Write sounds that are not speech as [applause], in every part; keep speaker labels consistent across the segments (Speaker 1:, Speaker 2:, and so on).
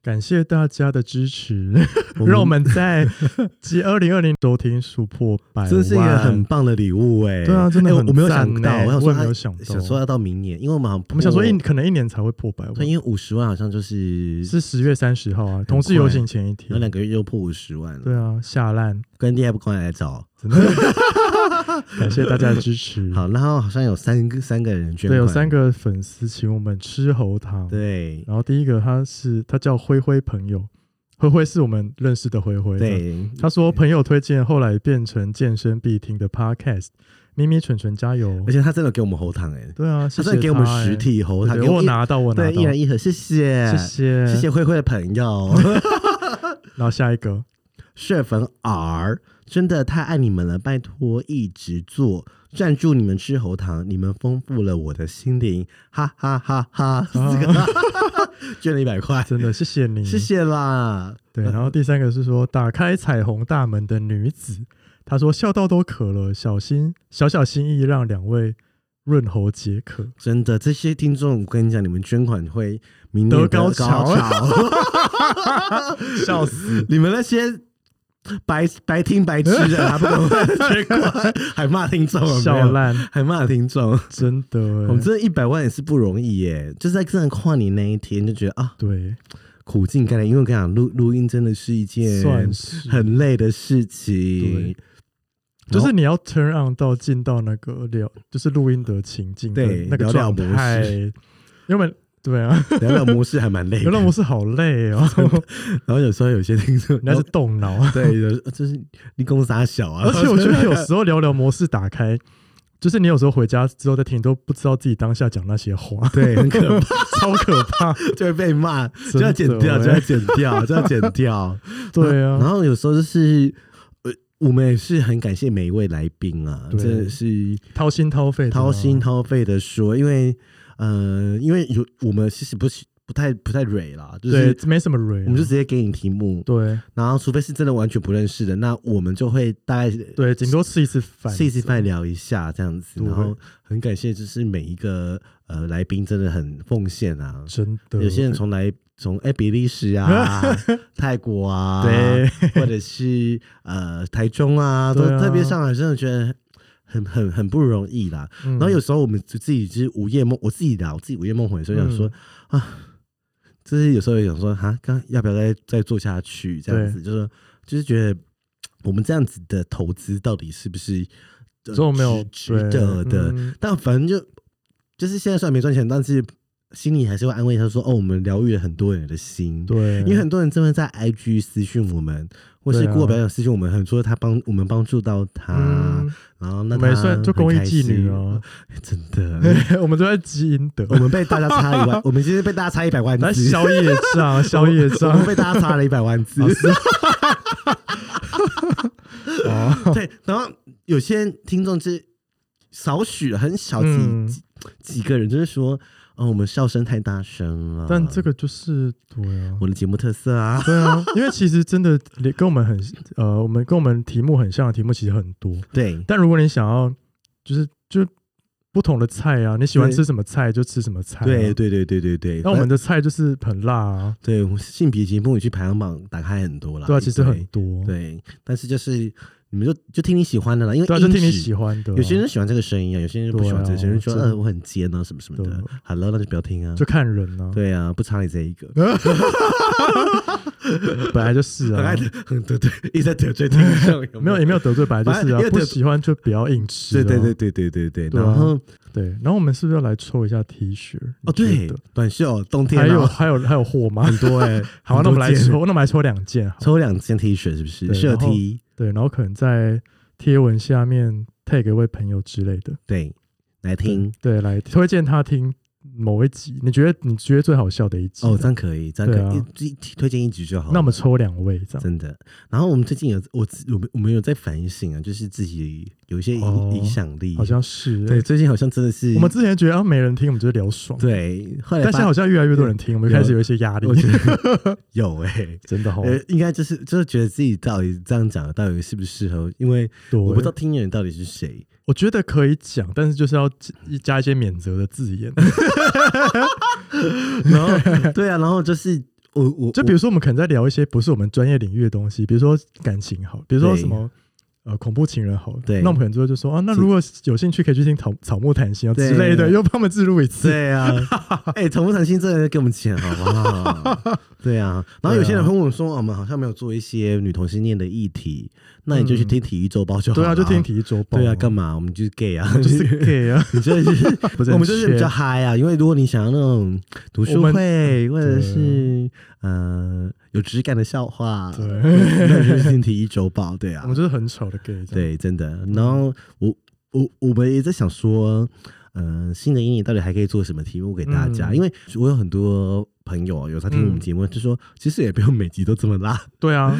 Speaker 1: 感谢大家的支持， [laughs] 让我们在继二零二零收听突破百万，
Speaker 2: 这是一个很棒的礼物哎、
Speaker 1: 对啊真的
Speaker 2: 哎
Speaker 1: 很
Speaker 2: 我我没有
Speaker 1: 赞
Speaker 2: 想到，
Speaker 1: 哎
Speaker 2: 我想
Speaker 1: 我
Speaker 2: 说
Speaker 1: 也没有
Speaker 2: 他
Speaker 1: 想到
Speaker 2: 想说要到明年，因为我们好像
Speaker 1: 我们想说一可能一年才会破百万
Speaker 2: 对，，因为五十万好像就是
Speaker 1: 是十月三十号啊，同事游行前一
Speaker 2: 有两
Speaker 1: 天。
Speaker 2: 个月就破五十万了，
Speaker 1: 对啊，下烂，
Speaker 2: 跟 D F 过来找。
Speaker 1: 真的感谢大家的支持。
Speaker 2: [laughs] 好，然后好像有三个三个人捐款，
Speaker 1: 对，有三，个粉丝请我们吃喉糖。
Speaker 2: 对
Speaker 1: 然后第一个他是他叫灰灰朋友，灰灰是我们认识的灰灰。，
Speaker 2: 对，
Speaker 1: 他说朋友推荐，后来变成健身必听的 podcast。咪咪蠢蠢加油
Speaker 2: 而！且他真的给我们喉糖哎、
Speaker 1: 对啊，
Speaker 2: 他
Speaker 1: 谢
Speaker 2: 真
Speaker 1: 谢
Speaker 2: 的给我们
Speaker 1: 欸
Speaker 2: 实体喉糖，
Speaker 1: 对
Speaker 2: 给
Speaker 1: 我
Speaker 2: 一
Speaker 1: 拿到，我拿
Speaker 2: 对
Speaker 1: 到
Speaker 2: 一，人一盒，谢谢，
Speaker 1: 谢谢
Speaker 2: 谢谢。慧慧的朋友。 [laughs]
Speaker 1: 然后下一个，
Speaker 2: 血粉 R，真的太爱你们了，拜托一直做，赞助你们吃喉糖，你们丰富了我的心灵，哈哈哈
Speaker 1: 啊
Speaker 2: 哈！四个哈哈哈哈 [laughs] 捐了一百块， [laughs]
Speaker 1: 真的谢谢你，
Speaker 2: 谢。谢啦。
Speaker 1: 对，然后第三个是说打开彩虹大门的女子，她说笑到都渴了，小心小小心意让两位润喉解
Speaker 2: [laughs]
Speaker 1: 渴。
Speaker 2: 真的，这些听众，我跟你讲，你们捐款会明年
Speaker 1: 得高潮 [laughs]
Speaker 2: 高潮
Speaker 1: 笑死！
Speaker 2: 你们那些白白听白吃的，还不懂捐
Speaker 1: [laughs]
Speaker 2: 款，还骂听众有
Speaker 1: [laughs]
Speaker 2: 没
Speaker 1: 笑
Speaker 2: 有？
Speaker 1: 烂，
Speaker 2: 还骂听众，
Speaker 1: 真的欸。
Speaker 2: 我们这一百万也是不容易耶，就是在正跨年那一天就觉得啊，
Speaker 1: 对，
Speaker 2: 苦尽甘来，因为我跟你讲，录录音真的是一件
Speaker 1: 算是
Speaker 2: 很累的事情
Speaker 1: 对。就
Speaker 2: 然
Speaker 1: 是
Speaker 2: 后
Speaker 1: 你要 turn on 到进到那个聊，就是录音的情境，
Speaker 2: 对
Speaker 1: 那个
Speaker 2: 聊聊
Speaker 1: 状
Speaker 2: 模式
Speaker 1: 态，因为对啊，
Speaker 2: 聊聊模式还蛮累
Speaker 1: [laughs] 聊
Speaker 2: 的，
Speaker 1: 聊模式好累哦， [laughs]
Speaker 2: 然后有时候有些听众，
Speaker 1: 人家是动脑，
Speaker 2: 对，有就是你公傻小啊，，
Speaker 1: [laughs] 而且我觉得有时候聊聊模式打开，就是你有时候回家之后再听，你都不知道自己当下讲那些话
Speaker 2: [laughs] 对很可怕，
Speaker 1: [laughs] 超可
Speaker 2: [laughs]
Speaker 1: 怕。
Speaker 2: 就会被骂，
Speaker 1: 的
Speaker 2: 就要剪掉，就要剪掉， [laughs] 就要剪掉。
Speaker 1: [laughs] 对
Speaker 2: 然
Speaker 1: 啊，
Speaker 2: 后有时候就是。呃，我们也是很感谢每一位来宾啊，
Speaker 1: 对
Speaker 2: 真的是
Speaker 1: 掏心掏肺的啊，
Speaker 2: 掏心掏肺的说，因为呃，因为有我们其实不是不太不太蕊啦，就是
Speaker 1: 对，没什么蕊啊，
Speaker 2: 我们就直接给你题目，
Speaker 1: 对
Speaker 2: 然后除非是真的完全不认识的，那我们就会大概
Speaker 1: 对，顶多吃一次饭，
Speaker 2: 试一次饭聊一下这样子。
Speaker 1: 对
Speaker 2: 然后很感谢，就是每一个呃来宾真的很奉献啊，
Speaker 1: 真的。
Speaker 2: 有些人从来从哎比利时
Speaker 1: [laughs]
Speaker 2: 啊、泰国啊，
Speaker 1: 对，
Speaker 2: 或者是呃台中啊，都
Speaker 1: 对啊
Speaker 2: 特别上来，真的觉得。很很很不容易啦，
Speaker 1: 嗯，
Speaker 2: 然后有时候我们自己就是午夜梦，我自己聊，我自己午夜梦回的时候想说、
Speaker 1: 嗯
Speaker 2: 啊，就是有时候也想说哈，刚要不要再再做下去这样子，就是就是觉得我们这样子的投资到底是不是、呃
Speaker 1: 有没有
Speaker 2: 值值得的？
Speaker 1: 对嗯
Speaker 2: 但反正就就是现在虽然没赚钱，但是心里还是会安慰他说，哦，我们疗愈了很多人的心。
Speaker 1: 对，
Speaker 2: 因为很多人真的在 IG 私讯我们，或是
Speaker 1: 对啊
Speaker 2: 过表演私讯我们，很说他帮我们帮助到他，
Speaker 1: 嗯，
Speaker 2: 然后啊那
Speaker 1: 我
Speaker 2: 他
Speaker 1: 们也算就
Speaker 2: 很
Speaker 1: 公益
Speaker 2: 开
Speaker 1: 妓女
Speaker 2: 心嗯
Speaker 1: 哦，
Speaker 2: 哦真
Speaker 1: [laughs]
Speaker 2: 的， [laughs]
Speaker 1: 我们都在积阴德，
Speaker 2: 我们被大家差
Speaker 1: [laughs]
Speaker 2: 一万，我们今天被大家差一百万
Speaker 1: 来
Speaker 2: 字，
Speaker 1: 消业障，
Speaker 2: [laughs]
Speaker 1: 消业
Speaker 2: 我
Speaker 1: 障
Speaker 2: 们。被大家差了一百万
Speaker 1: [laughs]
Speaker 2: 字。
Speaker 1: 啊哦，
Speaker 2: [laughs] 对，然后有些听众是少许很少几、
Speaker 1: 嗯
Speaker 2: 几几个人，就是说，哦，我们笑声太大声了，
Speaker 1: [laughs] 但这个就是对
Speaker 2: [laughs]
Speaker 1: 啊，
Speaker 2: 我的节目特色
Speaker 1: [laughs]
Speaker 2: 啊，
Speaker 1: 对啊，因为其实真的连跟我们很呃，我们跟我们题目很像的题目其实很多，
Speaker 2: 对
Speaker 1: 但如果你想要就是就不同的菜啊，你喜欢
Speaker 2: 对
Speaker 1: 吃什么菜就吃什么菜、啊，
Speaker 2: 对。对对对对对，
Speaker 1: 那我们的菜就是很辣啊，
Speaker 2: 对我们性别节目也去排行榜打开很多啦，
Speaker 1: 对啊，其实很
Speaker 2: 对
Speaker 1: 多，
Speaker 2: 对，但是就是你们就就听你喜欢的啦，因为
Speaker 1: 对啊，就
Speaker 2: 音
Speaker 1: 听你
Speaker 2: 质
Speaker 1: 喜欢的啊、
Speaker 2: 有些人喜欢这个声音啊，有些人就不喜欢这个声音，
Speaker 1: 对啊
Speaker 2: 就说
Speaker 1: 真的
Speaker 2: 呃我很尖啊什么什么的
Speaker 1: 对。
Speaker 2: 好了，那就不要听啊
Speaker 1: 就。看人啊，
Speaker 2: 对啊，不差你这一个，
Speaker 1: 本来
Speaker 2: [laughs]
Speaker 1: 就是
Speaker 2: 很
Speaker 1: 啊
Speaker 2: 爱，很得罪，一直在得罪听众，
Speaker 1: [laughs]
Speaker 2: 有
Speaker 1: 没有也没有得罪，本来就是啊
Speaker 2: [laughs] 反正因为，
Speaker 1: 不
Speaker 2: 得
Speaker 1: 喜欢就不要硬吃、
Speaker 2: 对
Speaker 1: 啊，
Speaker 2: 对对对对对对，
Speaker 1: 对啊
Speaker 2: 然后
Speaker 1: 对，然后我们是不是要来抽一下 T 恤？
Speaker 2: 哦
Speaker 1: 你觉
Speaker 2: 对
Speaker 1: 得，
Speaker 2: 短袖冬天
Speaker 1: 还有
Speaker 2: 啊
Speaker 1: 还有还有货
Speaker 2: [laughs]
Speaker 1: 吗？
Speaker 2: 很多哎，
Speaker 1: [laughs] 好，啊那
Speaker 2: 很多
Speaker 1: 我们来
Speaker 2: 件
Speaker 1: 抽，那我们来抽两件好了。
Speaker 2: 抽两件 T 恤是不是？
Speaker 1: 对
Speaker 2: 设
Speaker 1: 然后
Speaker 2: T
Speaker 1: 对，然后可能在贴文下面 tag 一位朋友之类的，
Speaker 2: 对，来听
Speaker 1: 对，来推荐他听某一集，你觉得你觉得最好笑的一集？
Speaker 2: 哦，这样可以，这样可
Speaker 1: 对
Speaker 2: 以
Speaker 1: 啊，
Speaker 2: 一推推荐一集就好了。
Speaker 1: 那我们抽两位这样。
Speaker 2: 真的。然后我们最近有我自我们我们有在反省啊，就是自己有一些影、
Speaker 1: 哦
Speaker 2: 影响力，
Speaker 1: 好像是欸、
Speaker 2: 对最近好像真的是
Speaker 1: 我们之前觉得啊没人听，我们就聊爽，，
Speaker 2: 对，后来
Speaker 1: 但是好
Speaker 2: 像
Speaker 1: 像越来越多人听，我们就
Speaker 2: 有
Speaker 1: 开始有一些压力
Speaker 2: 我，觉
Speaker 1: [laughs]
Speaker 2: 得有哎、
Speaker 1: 真的好，
Speaker 2: 呃，应该就是就是觉得自己到底这样讲到底适不适合，因为
Speaker 1: 对，
Speaker 2: 我不知道听的人到底是谁。
Speaker 1: 我觉得可以讲，但是就是要加一些免责的字 [laughs] 眼，
Speaker 2: 然后对啊，然后就是我我
Speaker 1: 就比如说我们可能在聊一些不是我们专业领域的东西，比如说感情好，比如说
Speaker 2: 对
Speaker 1: 什么呃恐怖情人好，
Speaker 2: 对
Speaker 1: 那我们可能就会就说啊，那
Speaker 2: 是
Speaker 1: 如果有兴趣可以去听草草木谈心啊
Speaker 2: 对
Speaker 1: 之类的，又帮我们自录一次，[laughs]
Speaker 2: 对啊，哎、宠物谈心真的给我们钱好不好？对啊，然后有些人会问我说，哦我们好像没有做一些女同性恋的议题，那你就去听体育周报就好
Speaker 1: 嗯对
Speaker 2: 了、
Speaker 1: 啊，就听。体育周报，
Speaker 2: 对啊，干嘛？我们就是 gay 啊，
Speaker 1: 就是 gay
Speaker 2: [laughs]
Speaker 1: 啊，
Speaker 2: 你就是
Speaker 1: 不是很
Speaker 2: 我们就是比较
Speaker 1: 缺
Speaker 2: 嗨啊，因为如果你想要那种读书
Speaker 1: 我们
Speaker 2: 会，或者
Speaker 1: 对
Speaker 2: 是呃有质感的笑话，
Speaker 1: 对
Speaker 2: [laughs] 那你就是听体育周报，对啊
Speaker 1: 我，们就是很丑的 gay，这样，
Speaker 2: 对，真的。然后我我我们也在想说，嗯、新的一年到底还可以做什么题目给大家？
Speaker 1: 嗯
Speaker 2: 因为我有很多朋友啊有在听我们节目，就说其实也不用每集都这
Speaker 1: [laughs]
Speaker 2: 么辣。
Speaker 1: 对啊，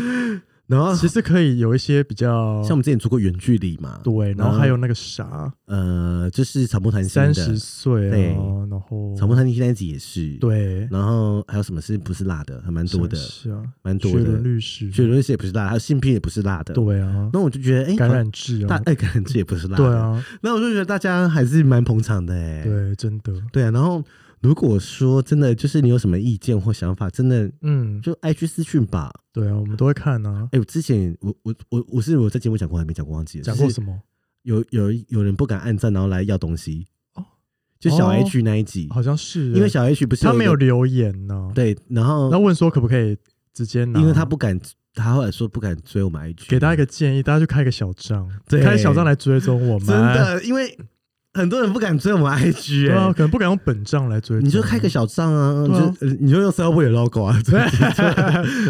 Speaker 2: 然后
Speaker 1: 其实可以有一些比较
Speaker 2: 像我们之前做过远距离嘛，
Speaker 1: 对，然后还有那个啥
Speaker 2: 呃，就是草木谈心
Speaker 1: 三
Speaker 2: 的
Speaker 1: 十岁
Speaker 2: 对
Speaker 1: 啊，然后
Speaker 2: 草木谈心那一集也是。
Speaker 1: 对，
Speaker 2: 然后还有什么是不是辣的？还蛮多的，
Speaker 1: 是啊，
Speaker 2: 蛮多
Speaker 1: 学伦
Speaker 2: 的。
Speaker 1: 律师，
Speaker 2: 血伦是也不是辣，还有性癖也不是辣的。
Speaker 1: 对啊，
Speaker 2: 那我就觉得，哎，
Speaker 1: 感染制
Speaker 2: 大
Speaker 1: 啊，
Speaker 2: 哎，感染这也不是辣。
Speaker 1: 对，啊，
Speaker 2: 那我就觉得大家还是蛮捧场的哎。
Speaker 1: 对，真的，
Speaker 2: 对啊，然后如果说真的，就是你有什么意见或想法，真的
Speaker 1: 嗯，
Speaker 2: 就 IG 私讯吧。
Speaker 1: 对啊，我们都会看啊。
Speaker 2: 哎、我之前我我我我是我在节目讲过还没讲过忘记了，
Speaker 1: 讲过
Speaker 2: 就是
Speaker 1: 什么？
Speaker 2: 有有有人不敢按赞，然后来要东西，
Speaker 1: 哦
Speaker 2: 就小
Speaker 1: 哦
Speaker 2: H 那一集，
Speaker 1: 好像是欸，
Speaker 2: 因为小 H 不是
Speaker 1: 他没有
Speaker 2: 一个
Speaker 1: 留言呢，
Speaker 2: 对，然后
Speaker 1: 那问说可不可以直接拿？
Speaker 2: 因为他不敢，他后来说不敢追我们 IG，
Speaker 1: 嗯给大家一个建议，大家就开一个小账，
Speaker 2: 对
Speaker 1: 开小账来追踪我们，
Speaker 2: 真，的，因为很多人不敢追我们
Speaker 1: [laughs]
Speaker 2: IG，、
Speaker 1: 对
Speaker 2: 哎
Speaker 1: 啊，可能不敢用本账来追踪，
Speaker 2: 你就开个小账啊，
Speaker 1: 对
Speaker 2: 就
Speaker 1: 啊
Speaker 2: 呃你就用 Subway 的 logo 啊， [laughs]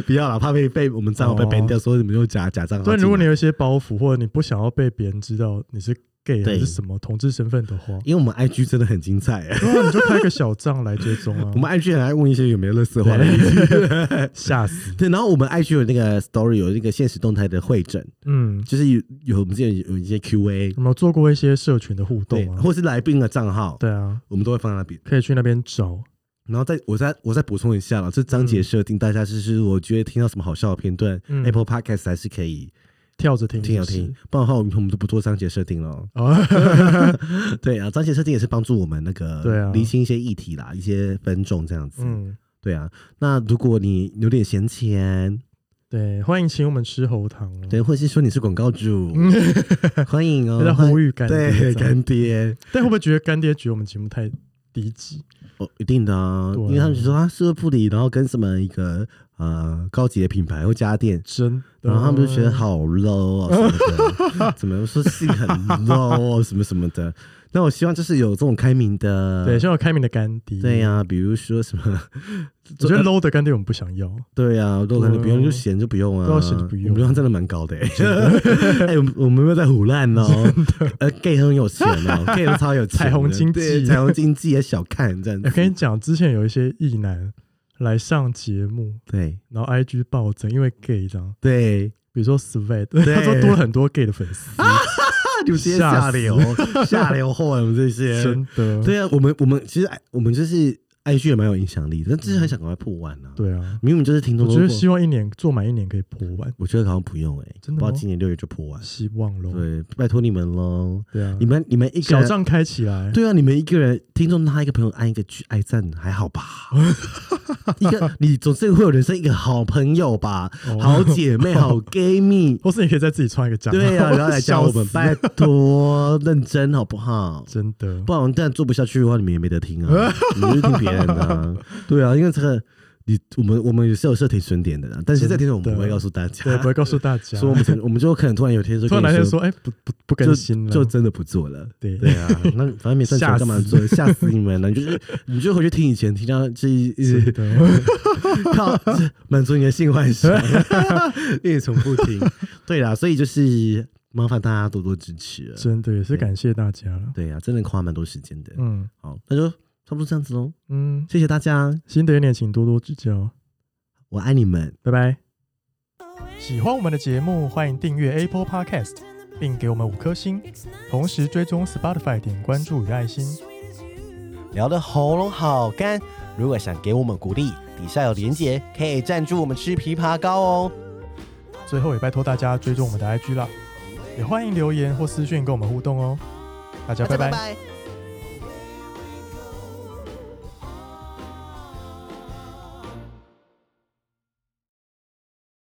Speaker 2: 不要了，怕被被我们账号被
Speaker 1: 哦
Speaker 2: ban 掉，所以你们用假假账号啊进
Speaker 1: 对，
Speaker 2: 来。
Speaker 1: 如果你有一些包袱，或者你不想要被别人知道你是 gay 还
Speaker 2: 对
Speaker 1: 是什么同志身份的话，
Speaker 2: 因为我们 IG 真的很精彩、哎，
Speaker 1: 对啊，你就开个小账来追踪啊
Speaker 2: [laughs] 我。们 IG 很爱问一些有没有乐色话的
Speaker 1: 对
Speaker 2: 问题。
Speaker 1: 吓死！
Speaker 2: [laughs] 对，然后我们 IG 有那个 story，有那个现实动态的会诊，
Speaker 1: 嗯，
Speaker 2: 就是有有我们之前有有一些 QA，
Speaker 1: 我们有做过一些社群的互
Speaker 2: 对，
Speaker 1: 动啊，
Speaker 2: 或是来宾的账号，
Speaker 1: 对啊，
Speaker 2: 我们都会放在那边。
Speaker 1: 可以去那边找。
Speaker 2: 然后再我再我再补充一下了，这章节
Speaker 1: 嗯
Speaker 2: 设定，大家就是我觉得听到什么好笑的片段、
Speaker 1: 嗯
Speaker 2: a p p l e Podcast 还是可以
Speaker 1: 跳着听
Speaker 2: 听
Speaker 1: 是
Speaker 2: 要
Speaker 1: 不是
Speaker 2: 听，不然的话我们我们就不做章节设定了哦。
Speaker 1: 啊，
Speaker 2: [laughs] 对啊，章节设定也是帮助我们那个
Speaker 1: [laughs] 对啊
Speaker 2: 厘清一些议题啦，一些分众这样子。
Speaker 1: 嗯，
Speaker 2: [laughs] 对啊，那如果你有点闲钱，
Speaker 1: 对，欢迎请我们吃喉糖哦，
Speaker 2: 对，或者是说你是广告主，
Speaker 1: [laughs]
Speaker 2: 欢迎哦，
Speaker 1: 在
Speaker 2: 欢
Speaker 1: 呼吁干爹这
Speaker 2: 对
Speaker 1: 样
Speaker 2: 干爹，
Speaker 1: [laughs] 但会不会觉得干爹觉得我们节目太低级？
Speaker 2: 哦，一定的啊，
Speaker 1: 对啊
Speaker 2: 因为他们就说他社不理，然后跟什么一个呃高级的品牌或家电。
Speaker 1: 真
Speaker 2: [laughs]
Speaker 1: 的，
Speaker 2: 啊然后他们就觉得
Speaker 1: 嗯
Speaker 2: 好 low 啊什么的，怎么说性很 low 啊什么什么的。那我希望就是有这种开明的，
Speaker 1: 对，像有开明的干爹，
Speaker 2: 啊对、呀、呃比如说什么，
Speaker 1: 我觉得 low 的干爹我们不想要，
Speaker 2: 对呀、啊，都可能不用，
Speaker 1: 对啊
Speaker 2: 就闲就不用啊，
Speaker 1: 对啊闲就不用
Speaker 2: 我们流量真的蛮高的、欸， [laughs] 哎、我们我们没有在胡乱哦，呃，gay 很有钱哦，gay 都超有钱的，
Speaker 1: 彩虹经济
Speaker 2: 对彩虹经济也小看这样
Speaker 1: 我跟
Speaker 2: 子，
Speaker 1: 你讲，之前有一些异男来上节目，
Speaker 2: 对
Speaker 1: 然后 IG 暴增，因为 gay 这样，
Speaker 2: 对，
Speaker 1: 比如说 Svet，
Speaker 2: 对
Speaker 1: [laughs] 他说多了很多 gay 的粉丝，
Speaker 2: 啊，你们这些下
Speaker 1: 吓死
Speaker 2: 流下流货，我们这些，
Speaker 1: 真的，
Speaker 2: 对啊，我们我们其实我们就是 IG 也蛮有影响力的，但就是很想赶快破万啊，，
Speaker 1: 嗯对啊，
Speaker 2: 明明就是听众
Speaker 1: 我
Speaker 2: 都
Speaker 1: 觉得
Speaker 2: 破
Speaker 1: 希望一年做满一年可以破万，
Speaker 2: 我觉得好像不用哎、欸，
Speaker 1: 真的
Speaker 2: 不知道
Speaker 1: 吗
Speaker 2: 今年六月就破万，
Speaker 1: 希望喽，
Speaker 2: 对，拜托你们喽，
Speaker 1: 对啊
Speaker 2: 你，们你们一个
Speaker 1: 小
Speaker 2: 人
Speaker 1: 账开起来，
Speaker 2: 对啊，你们一个人听众拉一个朋友按一个去爱赞还好
Speaker 1: [laughs]
Speaker 2: 吧？一个你总是会有人生一个好朋友吧，
Speaker 1: 哦
Speaker 2: 好姐
Speaker 1: [laughs]
Speaker 2: 妹、好 gay 蜜，
Speaker 1: 或是你可以再自己创一个账号，
Speaker 2: 对
Speaker 1: [laughs]
Speaker 2: 啊，然后来加我
Speaker 1: 笑
Speaker 2: 们，
Speaker 1: 死
Speaker 2: 拜托认真好不好？
Speaker 1: 真的，
Speaker 2: 不然但做不下去的话，你们也没得听啊，
Speaker 1: [laughs]
Speaker 2: 你们就听别人的啊。对啊，因为这个你我们我们也是有设停损点的啦，但是这点我们不会告诉大
Speaker 1: 对，
Speaker 2: 家
Speaker 1: 不，会告诉大家，
Speaker 2: 所以我们可能我们就可能突然有一天说
Speaker 1: 突
Speaker 2: 跟
Speaker 1: 然
Speaker 2: 你
Speaker 1: 哪天说，
Speaker 2: 说，
Speaker 1: 嗯哎，不不不更新了，
Speaker 2: 就就真的不做了。
Speaker 1: 对
Speaker 2: 对啊，那反正没赚钱
Speaker 1: 吓
Speaker 2: 干嘛
Speaker 1: 死
Speaker 2: 做？吓死你们了！你就是你就回去听以前听到这一
Speaker 1: [laughs]
Speaker 2: 一
Speaker 1: 真
Speaker 2: 直
Speaker 1: 的 [laughs]
Speaker 2: 靠这满足你的性幻想， [laughs] 一直重复听。对啦，所以就是麻烦大家多多支持了。
Speaker 1: 真的也是感谢大家了，
Speaker 2: 对啊，真的花蛮多时间的。
Speaker 1: 嗯，
Speaker 2: 好，那就
Speaker 3: 差不多这样子喽。
Speaker 1: 嗯，
Speaker 3: 谢谢大家，
Speaker 1: 新的一年请多多指教，
Speaker 3: 我爱你们。
Speaker 1: 拜拜。喜欢我们的节目，欢迎订阅 Apple Podcast，并给我们五颗星，同时追踪 Spotify 点关注与爱心。
Speaker 2: 聊得喉咙好干，如果想给我们鼓励，底下有连结，可以赞助我们吃枇杷膏哦。
Speaker 1: 最后也拜托大家追踪我们的 IG 啦，也欢迎留言或私讯跟我们互动哦。大家
Speaker 2: 大家
Speaker 1: 拜拜
Speaker 2: 拜拜